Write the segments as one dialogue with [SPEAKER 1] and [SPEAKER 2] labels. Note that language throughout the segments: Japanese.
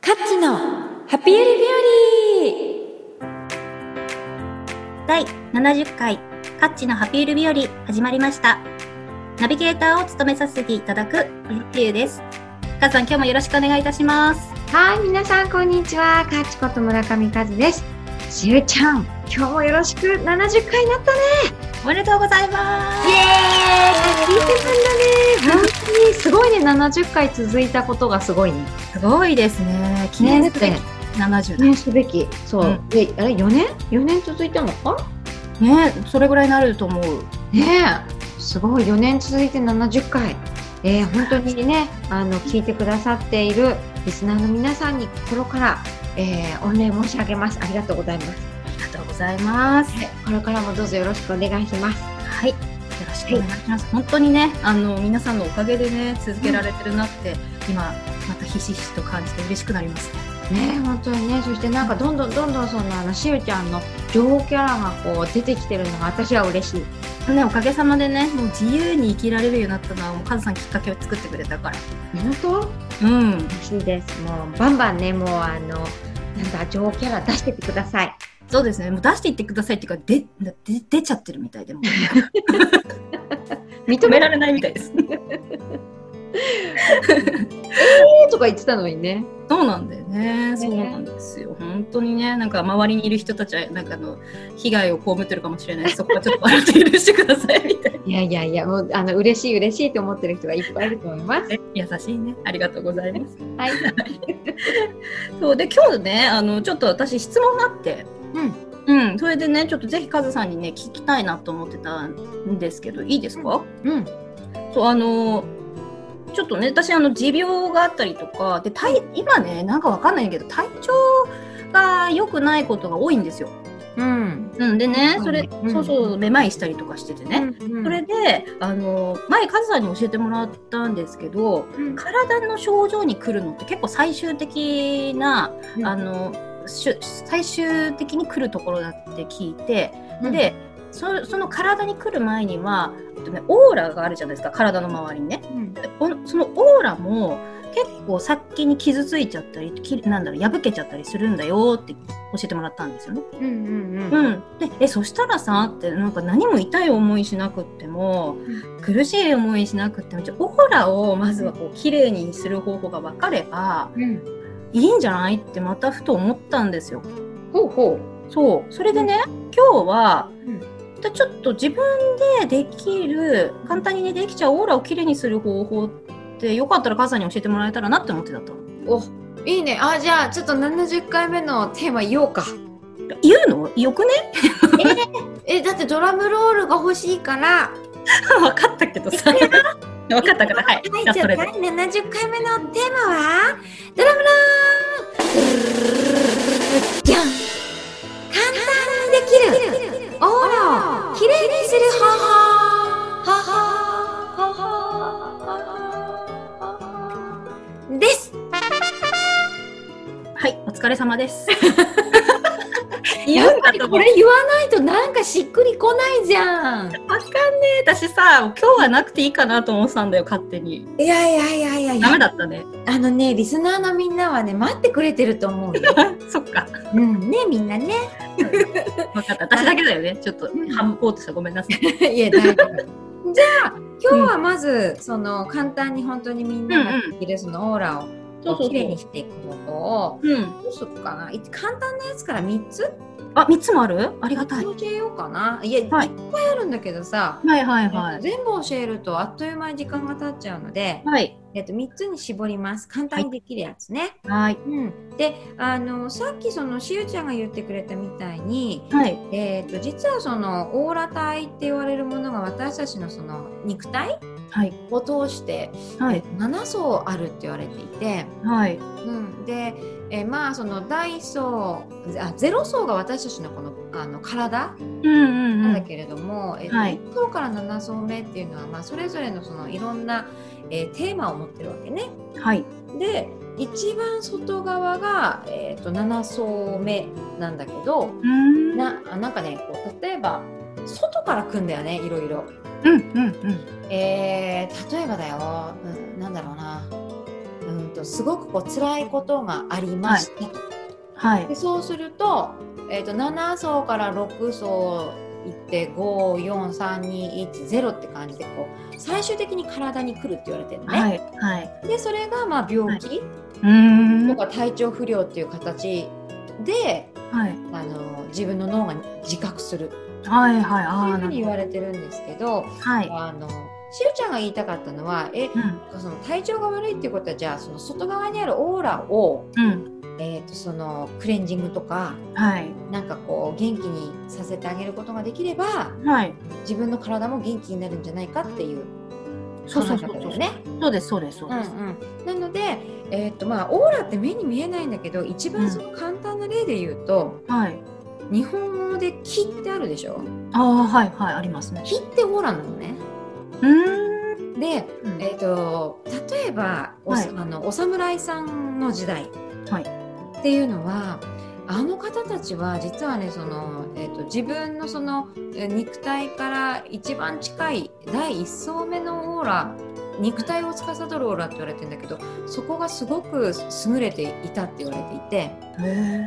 [SPEAKER 1] カッチのハピエリビ
[SPEAKER 2] 第70回カッチのハピール日和始まりましたナビゲーターを務めさせていただくゆゆですカズさん今日もよろしくお願いいたします
[SPEAKER 3] はい、皆さん、こんにちは。カッチこと村上和です。しゅうちゃん、今日もよろしく。70回になったね。
[SPEAKER 2] おめでとうございます
[SPEAKER 3] いい節分だね。本当に、すごいね。70回続いたことがすごいね。
[SPEAKER 2] すごいですね記念すべき70
[SPEAKER 3] 記念すべき。そう。
[SPEAKER 2] うん
[SPEAKER 3] で、あれ、4年 ?4 年続いたのか
[SPEAKER 2] ねそれぐらいになると思う
[SPEAKER 3] ねえ。すごい。4年続いて70回。えー、本当にね、あの、聞いてくださっているリスナーの皆さんに心から、えー、御礼申し上げます。ありがとうございます。
[SPEAKER 2] ありがとうございます
[SPEAKER 3] はいこれからもどうぞよろしくお願いします。
[SPEAKER 2] はいよろしくお願いします、本当にねあの皆さんのおかげでね続けられてるなって、今またひしひしと感じて嬉しくなりますね
[SPEAKER 3] ねえ本当にねそしてなんかどんどんどんどんそのあのしゅうちゃんの情キャラがこう出てきてるのが私は嬉しい
[SPEAKER 2] ね、おかげさまでね、もう自由に生きられるようになったのは、もうカズさんきっかけを作ってくれたから。
[SPEAKER 3] 本当
[SPEAKER 2] うん。
[SPEAKER 3] 嬉しいですもうバンバンねもうあのなんだ情キャラ出してってください
[SPEAKER 2] そうですね。もう出していってくださいっていうか、で、で出ちゃってるみたいでもう。
[SPEAKER 3] 認
[SPEAKER 2] られないみたいです。
[SPEAKER 3] れとか言ってたのにね
[SPEAKER 2] そうなんだよね。そうなんですよ。本当にね、なんか周りにいる人たちは、なんかあの、被害を被ってるかもしれない。そこはちょっと笑って許してくださいみたいな。
[SPEAKER 3] いやいやいやもうあの嬉しい嬉しいと思ってる人がいっぱいいると思います
[SPEAKER 2] 優しいね。ありがとうございます。
[SPEAKER 3] はい
[SPEAKER 2] そうで、今日ね、あの、ちょっと私質問があって。
[SPEAKER 3] うん
[SPEAKER 2] うん、それでね、ちょっとぜひカズさんにね、聞きたいなと思ってたんですけど、いいですか、
[SPEAKER 3] うん
[SPEAKER 2] そうあのちょっとね私あの持病があったりとかで体今ねなんかわかんないけど体調が良くないことが多いんですよ。
[SPEAKER 3] うん
[SPEAKER 2] うんでねそれ、
[SPEAKER 3] うん
[SPEAKER 2] そうそうめまいしたりとかしててね。それであの前カズさんに教えてもらったんですけど
[SPEAKER 3] うん
[SPEAKER 2] 体の症状に来るのって結構最終的な、
[SPEAKER 3] うん
[SPEAKER 2] あのしゅ最終的に来るところだって聞いて、でそその体に来る前には、えっとね、オーラがあるじゃないですか体の周りにね。
[SPEAKER 3] うん
[SPEAKER 2] このそのオーラも結構先に傷ついちゃったりきなんだろう破けちゃったりするんだよって教えてもらったんですよね。
[SPEAKER 3] うんうん
[SPEAKER 2] う
[SPEAKER 3] うん
[SPEAKER 2] ん、でえそしたらさってなんか何も痛い思いしなくっても苦しい思いしなくってもじゃあオーラをまずはこう綺麗にする方法が分かれば
[SPEAKER 3] うん
[SPEAKER 2] いいんじゃないってまたふと思ったんですよ。
[SPEAKER 3] ほうほ
[SPEAKER 2] そうそれでね今日は
[SPEAKER 3] ううん
[SPEAKER 2] でちょっと自分でできる簡単にねできちゃうオーラをきれいにする方法ってよかったら母さんに教えてもらえたらなって思ってたと
[SPEAKER 3] おいいねあじゃあちょっと70回目のテーマ言おうか
[SPEAKER 2] 言うのよくね
[SPEAKER 3] えだってドラムロールが欲しいから
[SPEAKER 2] 分かったけどさ分かったからはい
[SPEAKER 3] はい
[SPEAKER 2] じゃあ
[SPEAKER 3] じゃ
[SPEAKER 2] そ
[SPEAKER 3] あ
[SPEAKER 2] れで
[SPEAKER 3] 第70回目のテーマはドラムロールじゃん簡単にできるオーラをきれいにする方法です
[SPEAKER 2] はいお疲れ様 です
[SPEAKER 3] やっぱりこ
[SPEAKER 2] これ
[SPEAKER 3] れ言わないとなんかしっくりこないじゃん
[SPEAKER 2] 分かんねえ私さ今日はなくていいかなと思ってたんだよ勝手に
[SPEAKER 3] いやいやいやいやい
[SPEAKER 2] ダメだったね
[SPEAKER 3] あのねリスナーのみんなはね待ってくれてると思うよ
[SPEAKER 2] そっか
[SPEAKER 3] うんねみんなね
[SPEAKER 2] 分かった私だけだよねちょっと
[SPEAKER 3] うん
[SPEAKER 2] ハムコートしたごめんな さい
[SPEAKER 3] いや大丈夫じゃあ今日はまず、その簡単に本当にみんなが着るそのオーラを
[SPEAKER 2] そうそうそう
[SPEAKER 3] きれいにしていく方法を
[SPEAKER 2] うん
[SPEAKER 3] どうするかない簡単なやつから3つ
[SPEAKER 2] あ三つもあるありがたい
[SPEAKER 3] 教えようかな。いや、
[SPEAKER 2] はい
[SPEAKER 3] い、っぱいあるんだけどさ、
[SPEAKER 2] はいはいはい
[SPEAKER 3] 全部教えるとあっという間に時間が経っちゃうので、
[SPEAKER 2] はい
[SPEAKER 3] えっと、3つに絞ります簡単にできるやつね。
[SPEAKER 2] はい
[SPEAKER 3] うん、であのさっきそのしゆちゃんが言ってくれたみたいに、
[SPEAKER 2] はい
[SPEAKER 3] えー、と実はそのオーラ体って言われるものが私たちのその肉体
[SPEAKER 2] はい
[SPEAKER 3] を通して
[SPEAKER 2] はい
[SPEAKER 3] 7層あるって言われていて、
[SPEAKER 2] はい
[SPEAKER 3] うん、で、えーまあその第一層あゼロ層が私たちのこのあの体
[SPEAKER 2] うんうん
[SPEAKER 3] な
[SPEAKER 2] うんん
[SPEAKER 3] だけれども、えーと
[SPEAKER 2] はい
[SPEAKER 3] 1層から7層目っていうのは、まあ、それぞれのそのいろんな、えーテーマを持ってるわけね。
[SPEAKER 2] はい
[SPEAKER 3] で一番外側が、えー、と7層目なんだけど
[SPEAKER 2] うーん
[SPEAKER 3] なあなんかねこう例えば外から来んだよねいろいろ。
[SPEAKER 2] うんうんうん
[SPEAKER 3] えー、例えばだよ、うん、なんだろうな、ううんとすごくこう辛いことがありました、
[SPEAKER 2] はい
[SPEAKER 3] でそうすると,、えー、と7層から6層いって543210って感じでこう最終的に体に来るって言われてるのね、
[SPEAKER 2] はいはい
[SPEAKER 3] でそれがまあ病気
[SPEAKER 2] うーん
[SPEAKER 3] とか体調不良っていう形で、
[SPEAKER 2] はい
[SPEAKER 3] あの自分の脳が自覚する
[SPEAKER 2] はいはいあ
[SPEAKER 3] そういう
[SPEAKER 2] あ
[SPEAKER 3] ふ
[SPEAKER 2] なる
[SPEAKER 3] うに言
[SPEAKER 2] ほ
[SPEAKER 3] われてるんですけど
[SPEAKER 2] どはい
[SPEAKER 3] あのしゅうちゃんが言いたかったのはえ
[SPEAKER 2] うん
[SPEAKER 3] その体調が悪いっていうことはじゃあその外側にあるオーラを、
[SPEAKER 2] うん
[SPEAKER 3] えー、とそのクレンジングとか
[SPEAKER 2] はい
[SPEAKER 3] なんかこう元気にさせてあげることができれば
[SPEAKER 2] はい
[SPEAKER 3] 自分の体も元気になるんじゃないかっていう
[SPEAKER 2] そ
[SPEAKER 3] 考
[SPEAKER 2] うそ
[SPEAKER 3] え
[SPEAKER 2] うそう
[SPEAKER 3] 方だ
[SPEAKER 2] そう
[SPEAKER 3] よね。
[SPEAKER 2] そうですそうですそう
[SPEAKER 3] う
[SPEAKER 2] です、
[SPEAKER 3] んうんなので、えーとまあ、オーラって目に見えないんだけど一番その簡単な例で言うと、
[SPEAKER 2] はい
[SPEAKER 3] 日本語で「気」ってあるでしょ
[SPEAKER 2] ああはいはいありますね
[SPEAKER 3] 気ってオーラなのね。
[SPEAKER 2] うーん
[SPEAKER 3] で、
[SPEAKER 2] うん
[SPEAKER 3] えー、と例えばお,、
[SPEAKER 2] はい
[SPEAKER 3] あのお侍さんの時代
[SPEAKER 2] は
[SPEAKER 3] っていうのはあの方たちは実はねその、えー、と自分のそのえー肉体から一番近い第一層目のオーラ肉体を司るオーラって言われてるんだけどそこがすごく優れていたって言われていて
[SPEAKER 2] へ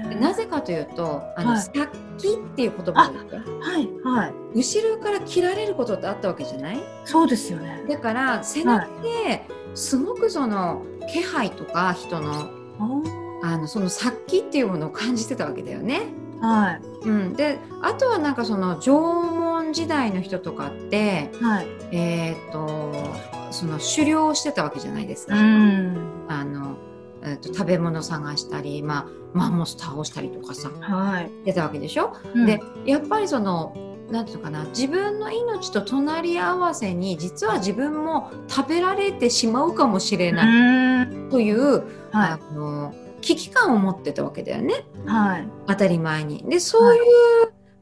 [SPEAKER 3] で
[SPEAKER 2] え
[SPEAKER 3] なぜかというと「あの
[SPEAKER 2] はい
[SPEAKER 3] 殺気」っていう言葉があって
[SPEAKER 2] はいはい
[SPEAKER 3] 後ろから切られることってあったわけじゃない
[SPEAKER 2] そうですよね
[SPEAKER 3] だから背中ですごくその気配とか人の
[SPEAKER 2] あー
[SPEAKER 3] あのその殺気っていうものを感じてたわけだよね。
[SPEAKER 2] はい
[SPEAKER 3] うん、であとはなんかその縄文時代の人とかって、
[SPEAKER 2] はい
[SPEAKER 3] えー、とその狩猟をしてたわけじゃないです
[SPEAKER 2] う
[SPEAKER 3] か。
[SPEAKER 2] ん
[SPEAKER 3] あのえー、と食べ物探したり、まあ、マンモス倒したりとかさ
[SPEAKER 2] はい、
[SPEAKER 3] 出たわけでしょ、
[SPEAKER 2] うん
[SPEAKER 3] でやっぱりそのなんていうのかな自分の命と隣り合わせに実は自分も食べられてしまうかもしれ
[SPEAKER 2] う
[SPEAKER 3] ない
[SPEAKER 2] ん
[SPEAKER 3] という、
[SPEAKER 2] は
[SPEAKER 3] あの危機感を持ってたわけだよね。
[SPEAKER 2] いはい
[SPEAKER 3] 当たり前に。でそういう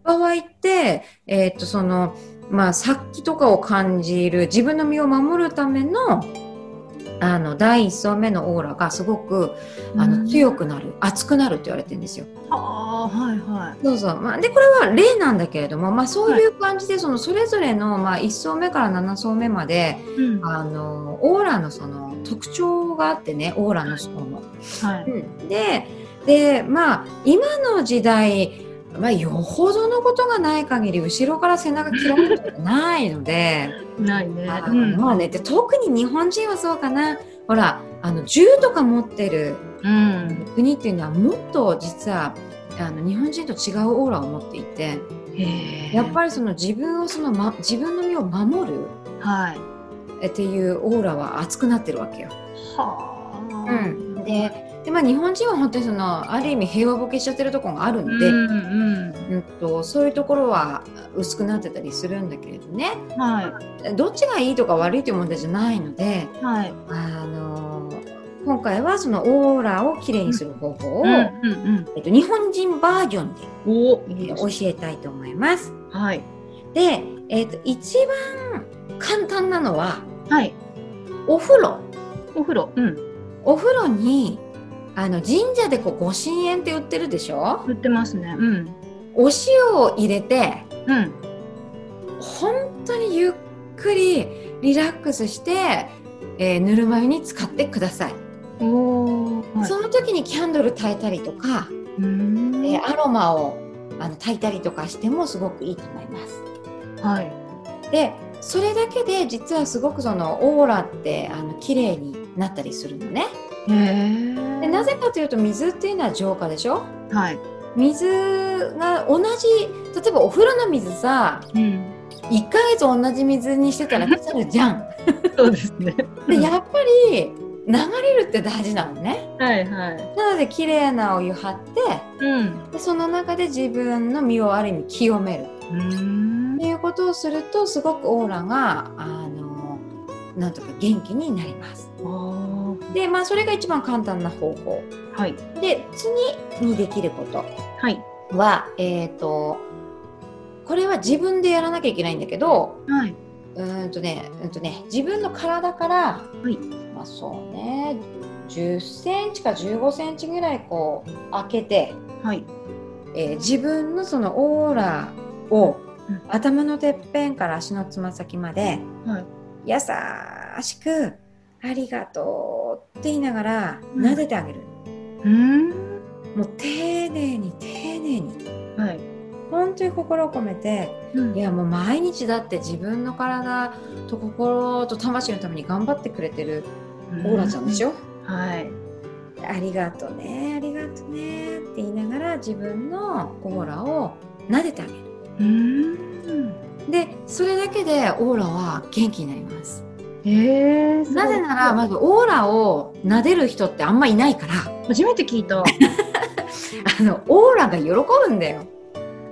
[SPEAKER 3] 場合って、えーっとそのまあ殺気とかを感じる自分の身を守るためのあの第一層目のオーラがすごくあ
[SPEAKER 2] う
[SPEAKER 3] の
[SPEAKER 2] ん
[SPEAKER 3] 強くなる熱くなるって言われてるんですよ。
[SPEAKER 2] ああはいは
[SPEAKER 3] そうそうまあ、でこれは例なんだけれども、まあ、そういう感じで、そのそれぞれの、まあ、1層目から7層目まで
[SPEAKER 2] い、うんは
[SPEAKER 3] あのオーラのその特徴があってねオーラの層の。
[SPEAKER 2] い
[SPEAKER 3] ででまあ今の時代、まあ、よほどのことがない限り後ろから背中切られることない ので
[SPEAKER 2] ないね
[SPEAKER 3] あ
[SPEAKER 2] う
[SPEAKER 3] の
[SPEAKER 2] ん
[SPEAKER 3] まあねで特に日本人はそうかなほらあの銃とか持ってる
[SPEAKER 2] うん
[SPEAKER 3] 国っていうのはもっと実はあの日本人と違うオーラを持っていて
[SPEAKER 2] へえ
[SPEAKER 3] やっぱりその自分をその、ま、自分の身を守る
[SPEAKER 2] はい
[SPEAKER 3] っていうオーラは熱くなってるわけよ。
[SPEAKER 2] はあ
[SPEAKER 3] うん、でで、まあ、日本人は本当にそのある意味平和ボケしちゃってるところがある
[SPEAKER 2] うんん
[SPEAKER 3] で、うんとそういうところは薄くなってたりするんだけれどね
[SPEAKER 2] うんは
[SPEAKER 3] どっちがいいとか悪いという問題じゃないので、
[SPEAKER 2] いはい
[SPEAKER 3] あのー今回はそのオーラをきれいにする方法を、
[SPEAKER 2] うんうん
[SPEAKER 3] えっと、日本人バージョンで
[SPEAKER 2] うんお
[SPEAKER 3] え
[SPEAKER 2] いい
[SPEAKER 3] ー
[SPEAKER 2] です
[SPEAKER 3] 教えたいと思います。
[SPEAKER 2] はい
[SPEAKER 3] で、えっと一番簡単なのは
[SPEAKER 2] はい
[SPEAKER 3] お風呂。
[SPEAKER 2] お風呂うん
[SPEAKER 3] お風呂にあの神社でこう御神苑って売ってるでしょ
[SPEAKER 2] 売ってますねうん
[SPEAKER 3] お塩を入れて
[SPEAKER 2] うん
[SPEAKER 3] 本当にゆっくりリラックスして、えーぬるま湯に使ってください、
[SPEAKER 2] おーはい
[SPEAKER 3] その時にキャンドル焚いたりとか、
[SPEAKER 2] うーん
[SPEAKER 3] えーアロマをあの焚いたりとかしてもすごくいいと思います
[SPEAKER 2] はい
[SPEAKER 3] でそれだけで実はすごくそのオーラってあの綺麗になったりするのね
[SPEAKER 2] へえ
[SPEAKER 3] でなぜかというと水っていうのは浄化でしょ
[SPEAKER 2] はい
[SPEAKER 3] 水が同じ例えばお風呂の水さ
[SPEAKER 2] うん
[SPEAKER 3] 1ヶ月同じ水にしてたら腐るじゃん。
[SPEAKER 2] そうですね
[SPEAKER 3] でやっぱり流れるって大事なのね。
[SPEAKER 2] はいはい
[SPEAKER 3] なので綺麗なお湯張って
[SPEAKER 2] うん
[SPEAKER 3] でその中で自分の身をある意味清める
[SPEAKER 2] うーん
[SPEAKER 3] っていうことをするとすごくオーラがあのなんとか元気になります。
[SPEAKER 2] おー
[SPEAKER 3] でまあそれが一番簡単な方法。
[SPEAKER 2] はい
[SPEAKER 3] で次にできること
[SPEAKER 2] はい
[SPEAKER 3] はえっ、とこれは自分でやらなきゃいけないんだけど
[SPEAKER 2] はい。
[SPEAKER 3] うーんとね、うんとね、自分の体から、
[SPEAKER 2] い
[SPEAKER 3] まあそうね、10センチか15センチぐらいこう開けて、
[SPEAKER 2] はい。
[SPEAKER 3] えー自分のそのオーラを、
[SPEAKER 2] うん
[SPEAKER 3] 頭のてっぺんから足のつま先まで、
[SPEAKER 2] はい
[SPEAKER 3] 優しくありがとうって言いながら
[SPEAKER 2] うん
[SPEAKER 3] 撫でてあげる、
[SPEAKER 2] うん。
[SPEAKER 3] もう丁寧に丁寧に
[SPEAKER 2] はい。
[SPEAKER 3] 本当に心を込めて
[SPEAKER 2] うん
[SPEAKER 3] いやもう毎日だって自分の体と心と魂のために頑張ってくれてるオーラちゃんでし
[SPEAKER 2] ょ。
[SPEAKER 3] ょ、
[SPEAKER 2] はい。
[SPEAKER 3] ありがとうねありがとうねって言いながら自分のオーラを撫でてあげる
[SPEAKER 2] うん。
[SPEAKER 3] でそれだけでオーラは元気になります
[SPEAKER 2] ええ
[SPEAKER 3] なぜならまずオーラを撫でる人ってあんまいないから
[SPEAKER 2] 初めて聞いた。
[SPEAKER 3] あのオーラが喜ぶんだよ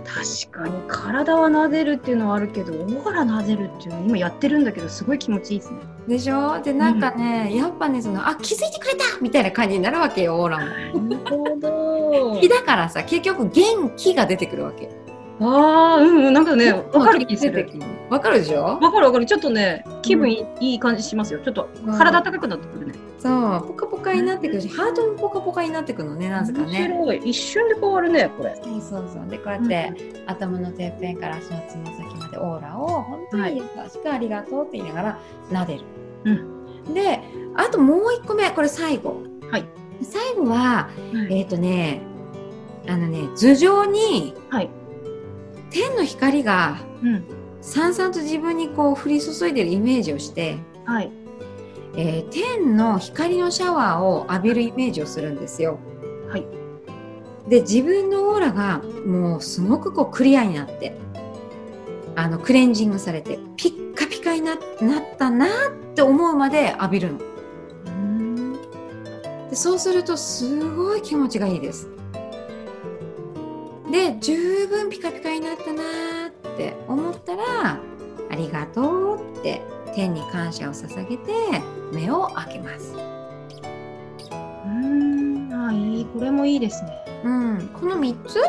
[SPEAKER 2] 確かに体は撫でるっていうのはあるけどオーラ撫でるっていうの今やってるんだけどすごい気持ちいいですね
[SPEAKER 3] でしょでなんかね、やっぱねそのあ気づいてくれたみたいな感じになるわけよオーラも
[SPEAKER 2] なるほど
[SPEAKER 3] 気だからさ結局元気が出てくるわけ
[SPEAKER 2] あーうんうんなんかね分かる気す
[SPEAKER 3] 出て
[SPEAKER 2] る
[SPEAKER 3] くわかるでしょ
[SPEAKER 2] 分かる分かるちょっとね気分いい,、感じしますよちょっと体高くなってくるね
[SPEAKER 3] そうポカポカになってくるしハートもポカポカになってくるのねなぜかね
[SPEAKER 2] 面白い一瞬で変わるねこれ
[SPEAKER 3] そうそうそうでこうやって、頭のてっぺんから足のつま先までオーラを本当に優しくありがとうって言いながら撫でる、
[SPEAKER 2] う
[SPEAKER 3] であともう一個目これ最後
[SPEAKER 2] はい
[SPEAKER 3] 最後は
[SPEAKER 2] はい、
[SPEAKER 3] えっ、とねあのね頭上に
[SPEAKER 2] はい
[SPEAKER 3] 天の光が
[SPEAKER 2] うん
[SPEAKER 3] さんさんと自分にこう降り注いでるイメージをして、
[SPEAKER 2] はい
[SPEAKER 3] えー天の光のシャワーを浴びるイメージをするんですよ
[SPEAKER 2] はい
[SPEAKER 3] で自分のオーラがもうすごくこうクリアになってあのクレンジングされてピッカピカにななったなって思うまで浴びるのでそうするとすごい気持ちがいいですで十分ピカピカになったなーって思ったらありがとうって天に感謝を捧げて目を開けます、
[SPEAKER 2] うんあいいこれもいいですね
[SPEAKER 3] うん、この3つ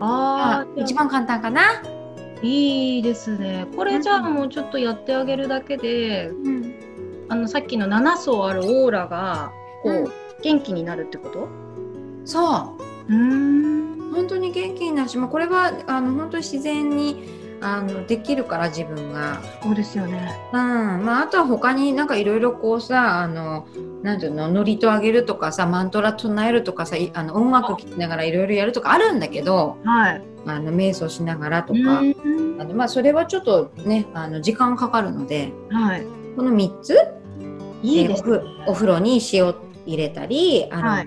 [SPEAKER 2] あ
[SPEAKER 3] が
[SPEAKER 2] ー
[SPEAKER 3] 一番簡単かな、
[SPEAKER 2] いいですねこれじゃあもうちょっとやってあげるだけで
[SPEAKER 3] うん、
[SPEAKER 2] あのさっきの7層あるオーラがこう、
[SPEAKER 3] うん
[SPEAKER 2] 元気になるってこと
[SPEAKER 3] そ
[SPEAKER 2] う
[SPEAKER 3] う
[SPEAKER 2] ん
[SPEAKER 3] 本当に元気になるし、まあ、これはあの本当に自然にあのできるから自分が、
[SPEAKER 2] そうですよね
[SPEAKER 3] うんまあ、あとは他になんかいろいろこうさあのなんていうのノリとあげるとかさマントラ唱えるとかさいあの音楽聴きながらいろいろやるとかあるんだけど
[SPEAKER 2] はい
[SPEAKER 3] あの瞑想しながらと
[SPEAKER 2] とか
[SPEAKER 3] か、あのまあ、それはちょっとねあの時間かかるので
[SPEAKER 2] はい
[SPEAKER 3] この3つ
[SPEAKER 2] いいです
[SPEAKER 3] えーお風お風呂に塩を入れたりアロ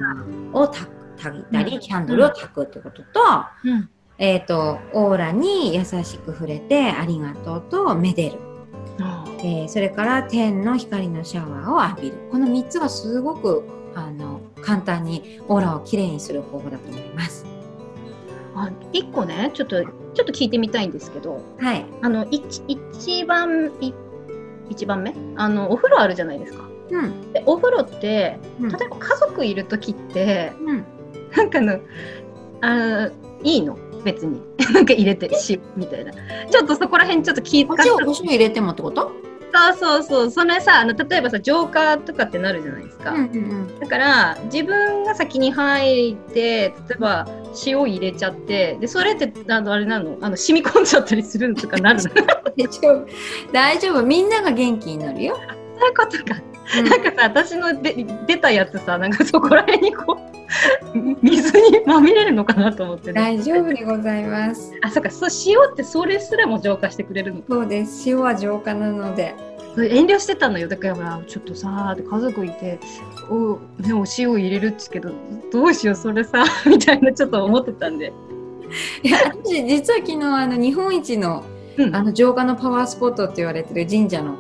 [SPEAKER 3] マを炊く炊いたり、
[SPEAKER 2] うん
[SPEAKER 3] キャンドルを炊くってことと。
[SPEAKER 2] うん
[SPEAKER 3] えー、とオーラに優しく触れてありがとうとめでる、
[SPEAKER 2] あ
[SPEAKER 3] えーそれから天の光のシャワーを浴びるこの3つがすごくあの簡単にオーラをきれいにする方法だと思います。
[SPEAKER 2] あ一個ねちょっとちょっと聞いてみたいんですけど
[SPEAKER 3] はい、
[SPEAKER 2] あの一一番い一番目あのお風呂あるじゃないですか
[SPEAKER 3] うん
[SPEAKER 2] でお風呂って
[SPEAKER 3] うん
[SPEAKER 2] 例えば家族いる時って、
[SPEAKER 3] うん、
[SPEAKER 2] なんかの、あーいいの別に。 なんか入れてし、みたいな。ちょっとそこら辺ちょっと気使
[SPEAKER 3] こ
[SPEAKER 2] っ
[SPEAKER 3] っちを
[SPEAKER 2] ちゃ
[SPEAKER 3] こっちを入れてもってこと、
[SPEAKER 2] った。そうそう。それさ、あの、例えばさ、浄化とかってなるじゃないですか。
[SPEAKER 3] うんうん
[SPEAKER 2] だから、自分が先に入って、例えば、塩入れちゃって、で、それって、あの、あれなのあの、染み込んじゃったりするのとかなる のそういう
[SPEAKER 3] 大丈夫大丈夫みんなが元気になるよ。
[SPEAKER 2] ことか。
[SPEAKER 3] うん
[SPEAKER 2] なんかさ、私ので出たやつさ、なんかそこら辺にこう、水にまみれるのかなと思ってね。
[SPEAKER 3] 大丈夫でございます。
[SPEAKER 2] あ、そっか、そう、塩ってそれすらも浄化してくれるの
[SPEAKER 3] そうです。塩は浄化なので。
[SPEAKER 2] それ遠慮してたのよだからほらちょっとさ家族いてお,、ね、お塩入れるっつうけどどうしようそれさみたいなちょっと思ってたんで、
[SPEAKER 3] いや私実は昨日あの日本一の
[SPEAKER 2] うん、
[SPEAKER 3] あの浄化のパワースポットって言われてる神社の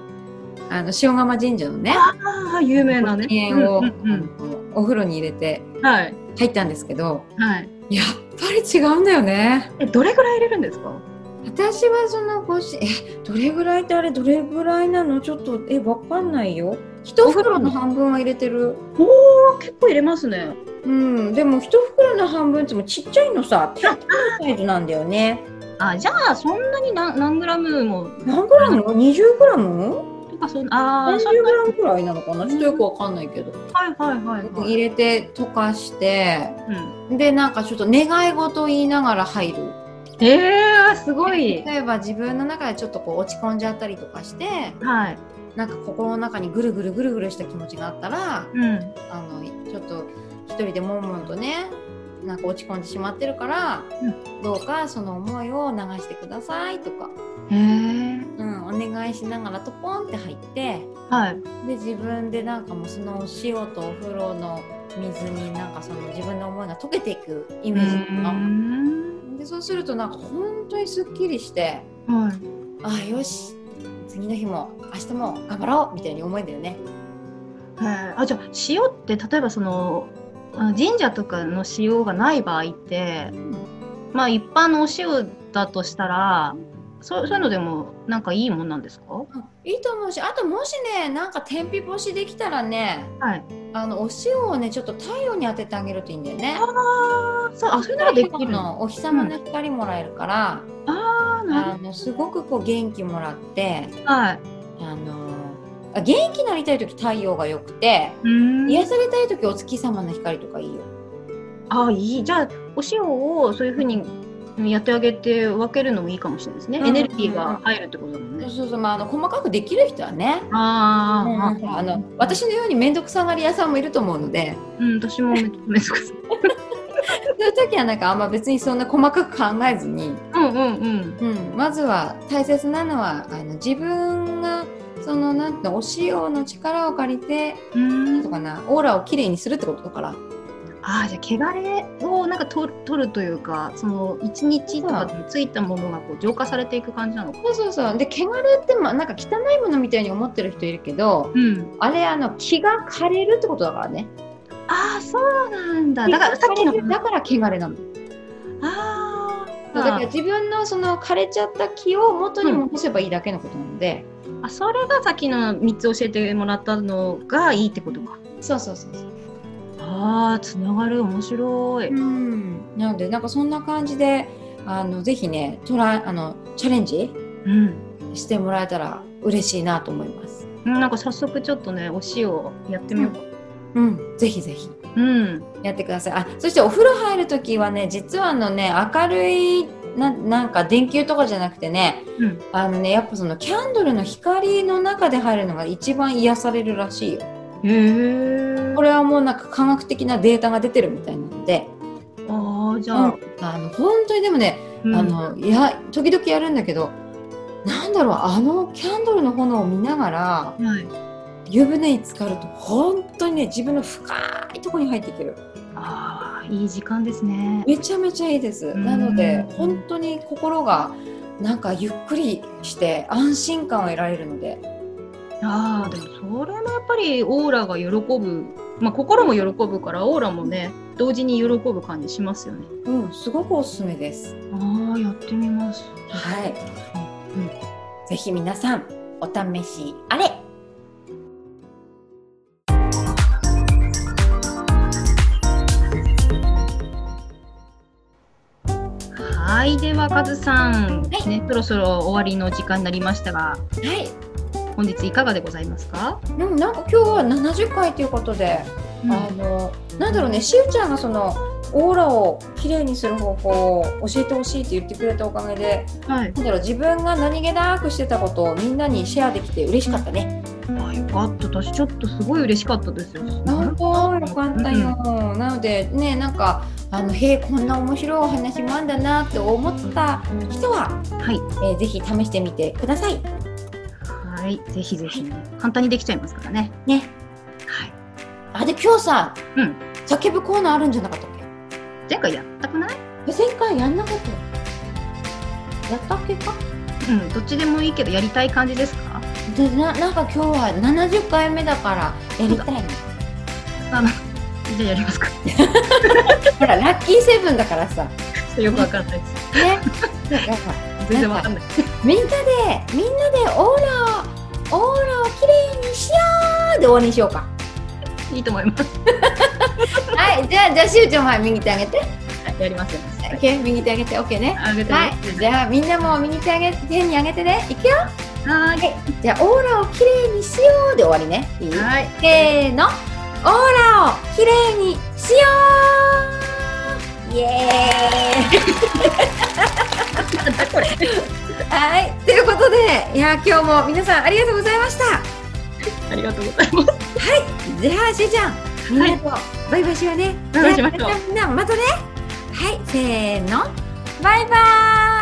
[SPEAKER 3] あの塩釜神社のね
[SPEAKER 2] あー有名なね
[SPEAKER 3] ご機嫌
[SPEAKER 2] う
[SPEAKER 3] を、
[SPEAKER 2] んうん
[SPEAKER 3] あのお風呂に入れて
[SPEAKER 2] うん、はい
[SPEAKER 3] 入ったんですけど
[SPEAKER 2] はい
[SPEAKER 3] やっぱり違うんだよね
[SPEAKER 2] えどれぐらい入れるんですか
[SPEAKER 3] 私はそのごしえどれぐらいってあれどれぐらいなのちょっとえわかんないよ一袋の半分は入れてる
[SPEAKER 2] おお結構入れますね
[SPEAKER 3] うんでも一袋の半分ってもちっちゃいのさ手のサイズなんだよね
[SPEAKER 2] あじゃあそんなに何何グラムも
[SPEAKER 3] 何グラム ?20 グラム
[SPEAKER 2] とかそんああ
[SPEAKER 3] ?30
[SPEAKER 2] そ
[SPEAKER 3] グ
[SPEAKER 2] んな
[SPEAKER 3] ラムぐらいなのかなちょっとよくわかんないけど
[SPEAKER 2] はいはいはいはい、
[SPEAKER 3] 入れて溶かして
[SPEAKER 2] うん、
[SPEAKER 3] でなんかちょっと願い事を言いながら入る
[SPEAKER 2] えー、すごい
[SPEAKER 3] 例えば自分の中でちょっとこう落ち込んじゃったりとかして
[SPEAKER 2] はい
[SPEAKER 3] なんか心の中にぐるぐるぐるぐるした気持ちがあったら
[SPEAKER 2] うん。
[SPEAKER 3] あのちょっと一人でもんもんとねなんか落ち込んでしまってるから、どうかその思いを流してくださいとか、
[SPEAKER 2] へえ。
[SPEAKER 3] うん、お願いしながらトポンって入って
[SPEAKER 2] はい。
[SPEAKER 3] で自分でなんかもうそのお塩とお風呂の水になんかその自分の思いが溶けていくイメージとかでそうするとなんか本当にすっきりして
[SPEAKER 2] はい。
[SPEAKER 3] ああよし次の日も明日も頑張ろうみたいに思えんだよね。
[SPEAKER 2] へえあじゃあ塩って例えばそのあ神社とかの塩がない場合って、まあ一般のお塩だとしたら、そうそういうのでもなんかいいもんなんですか？
[SPEAKER 3] うんいいと思うしあともしねなんか天日干しできたらね
[SPEAKER 2] はい。
[SPEAKER 3] あのお塩をねちょっと太陽に当ててあげるといいんだよね。
[SPEAKER 2] あそうあそういうのができ
[SPEAKER 3] 太陽
[SPEAKER 2] るの。
[SPEAKER 3] のお日様の光もらえるから、
[SPEAKER 2] あなる
[SPEAKER 3] あのすごくこう元気もらって
[SPEAKER 2] ほどはい。
[SPEAKER 3] あのあ元気になりたい時太陽がよくて
[SPEAKER 2] うーん
[SPEAKER 3] 癒されたい時お月様の光とかいいよ。
[SPEAKER 2] あいいじゃあお塩をそういうふうにやってあげて分けるのもいいかもしれないですね。
[SPEAKER 3] うん
[SPEAKER 2] エネルギーが入るってことだもん
[SPEAKER 3] そう
[SPEAKER 2] ね。
[SPEAKER 3] そうそうまああの細かくできる人はね。
[SPEAKER 2] あ
[SPEAKER 3] うん
[SPEAKER 2] ーあ
[SPEAKER 3] あの私のように面倒くさがり屋さんもいると思うので
[SPEAKER 2] うん私もめっちゃめんどくさい。
[SPEAKER 3] そういう時はなんかあんま別にそんな細かく考えずに、
[SPEAKER 2] うんうんうん。
[SPEAKER 3] うん、まずは大切なのはあの自分がそのなんていうのお塩の力を借りて
[SPEAKER 2] うー
[SPEAKER 3] なんんとかなオーラをきれいにするってことだから
[SPEAKER 2] ああじゃあ汚れをなんか取る取るというかその一日とか
[SPEAKER 3] そ
[SPEAKER 2] ついたものがこう浄化されていく感じなのか。
[SPEAKER 3] そうそうそうで汚れってまあなんか汚いものみたいに思ってる人いるけど
[SPEAKER 2] うん。
[SPEAKER 3] あれあの気が枯れるってことだからね
[SPEAKER 2] ああそうなんだ。だからさっきの
[SPEAKER 3] 気が枯れるだから汚れなの
[SPEAKER 2] あー
[SPEAKER 3] だから自分のその枯れちゃった気を元に戻せばいいだけのことなので、
[SPEAKER 2] あそれがさっきの三つ教えてもらったのがいいってことか。
[SPEAKER 3] そうそうそうそう
[SPEAKER 2] ああつながる面白い。
[SPEAKER 3] うんなのでなんかそんな感じであのぜひねトライあのチャレンジ
[SPEAKER 2] うん。
[SPEAKER 3] してもらえたら嬉しいなと思います。
[SPEAKER 2] なんか早速ちょっとねお塩やってみようか。
[SPEAKER 3] うん、ぜひぜひ
[SPEAKER 2] うん。
[SPEAKER 3] やってください。あ、そしてお風呂入るときはね、実はあのね、明るいななんか電球とかじゃなくてね、
[SPEAKER 2] うん
[SPEAKER 3] あのね、やっぱそのキャンドルの光の中で入るのが一番癒されるらしいよ。
[SPEAKER 2] へえ。
[SPEAKER 3] これはもうなんか科学的なデータが出てるみたいなので、
[SPEAKER 2] ああじ
[SPEAKER 3] う
[SPEAKER 2] ゃあ。
[SPEAKER 3] んあの本当にでもね、
[SPEAKER 2] うん
[SPEAKER 3] あのいや時々やるんだけど、なんだろうあのキャンドルの炎を見ながら。
[SPEAKER 2] はい。
[SPEAKER 3] 湯船に浸かると本当にね自分の深いところに入っていける
[SPEAKER 2] ああいい時間ですね。
[SPEAKER 3] めちゃめちゃいいです
[SPEAKER 2] ん
[SPEAKER 3] なので本当に心がなんかゆっくりして安心感を得られるので
[SPEAKER 2] ああでもそれもやっぱりオーラが喜ぶ、まあ、心も喜ぶからオーラもね同時に喜ぶ感じしますよね
[SPEAKER 3] うんすごくおすすめです
[SPEAKER 2] ああやってみます
[SPEAKER 3] はい、うん、ぜひ皆さんお試しあれ
[SPEAKER 2] はいではカズさん、
[SPEAKER 3] はい
[SPEAKER 2] ね、そろそろ終わりの時間になりましたが
[SPEAKER 3] はい
[SPEAKER 2] 本日いかがでございますか、
[SPEAKER 3] うん、なんか今日は70回ということで、あのなんだろうねしうちゃんがそのオーラをきれいにする方法を教えてほしいって言ってくれたおかげで
[SPEAKER 2] はい
[SPEAKER 3] なんだろう自分が何気なくしてたことをみんなにシェアできて嬉しかったね。
[SPEAKER 2] あよかった私ちょっとすごい嬉しかったですよ
[SPEAKER 3] 本当よかったよ。なのでねなんかあのへえこんな面白いお話もあんだなって思った人は、
[SPEAKER 2] はい
[SPEAKER 3] えーぜひ試してみてください。
[SPEAKER 2] はいぜひぜひ、簡単にできちゃいますからね
[SPEAKER 3] ね。
[SPEAKER 2] はい
[SPEAKER 3] あで今日さ、
[SPEAKER 2] うん
[SPEAKER 3] 叫ぶコーナーあるんじゃなかったっ
[SPEAKER 2] 前回やったくない
[SPEAKER 3] け？え前回やんなかったよ。やったっけか？
[SPEAKER 2] うんどっちでもいいけどやりたい感じですか
[SPEAKER 3] でななんか今日は70回目だからや りたいね。
[SPEAKER 2] あのじゃあやりますか
[SPEAKER 3] ほらラッキーセブンだから
[SPEAKER 2] ち
[SPEAKER 3] さ。
[SPEAKER 2] ょっとよくわかんないです。
[SPEAKER 3] ね。だから
[SPEAKER 2] 全然わかんない。
[SPEAKER 3] みんなでみんなでオーラをオーラをきれいにしようで終わりにしようか
[SPEAKER 2] いいと思います。
[SPEAKER 3] はいじゃあじゃあしゅうちゃんもはい右手あげて、
[SPEAKER 2] やりますよ。
[SPEAKER 3] OK 右手あげて OK ね
[SPEAKER 2] あげて
[SPEAKER 3] はいじゃあみんなも右手あげ手にあげてねいくよ
[SPEAKER 2] はーい。
[SPEAKER 3] じゃあオーラをきれいにしようで終わりねいい
[SPEAKER 2] はい。
[SPEAKER 3] せーのオーラをきれいにしようイエーイ
[SPEAKER 2] なんだこれ。
[SPEAKER 3] はいということでいや今日も皆さんありがとうございました
[SPEAKER 2] ありがとうございます。
[SPEAKER 3] じゃあしーちゃんみんなとバイバイしようね、
[SPEAKER 2] バイバイしましょう
[SPEAKER 3] じゃあみんなみんなまたねはいせーのバイバーイ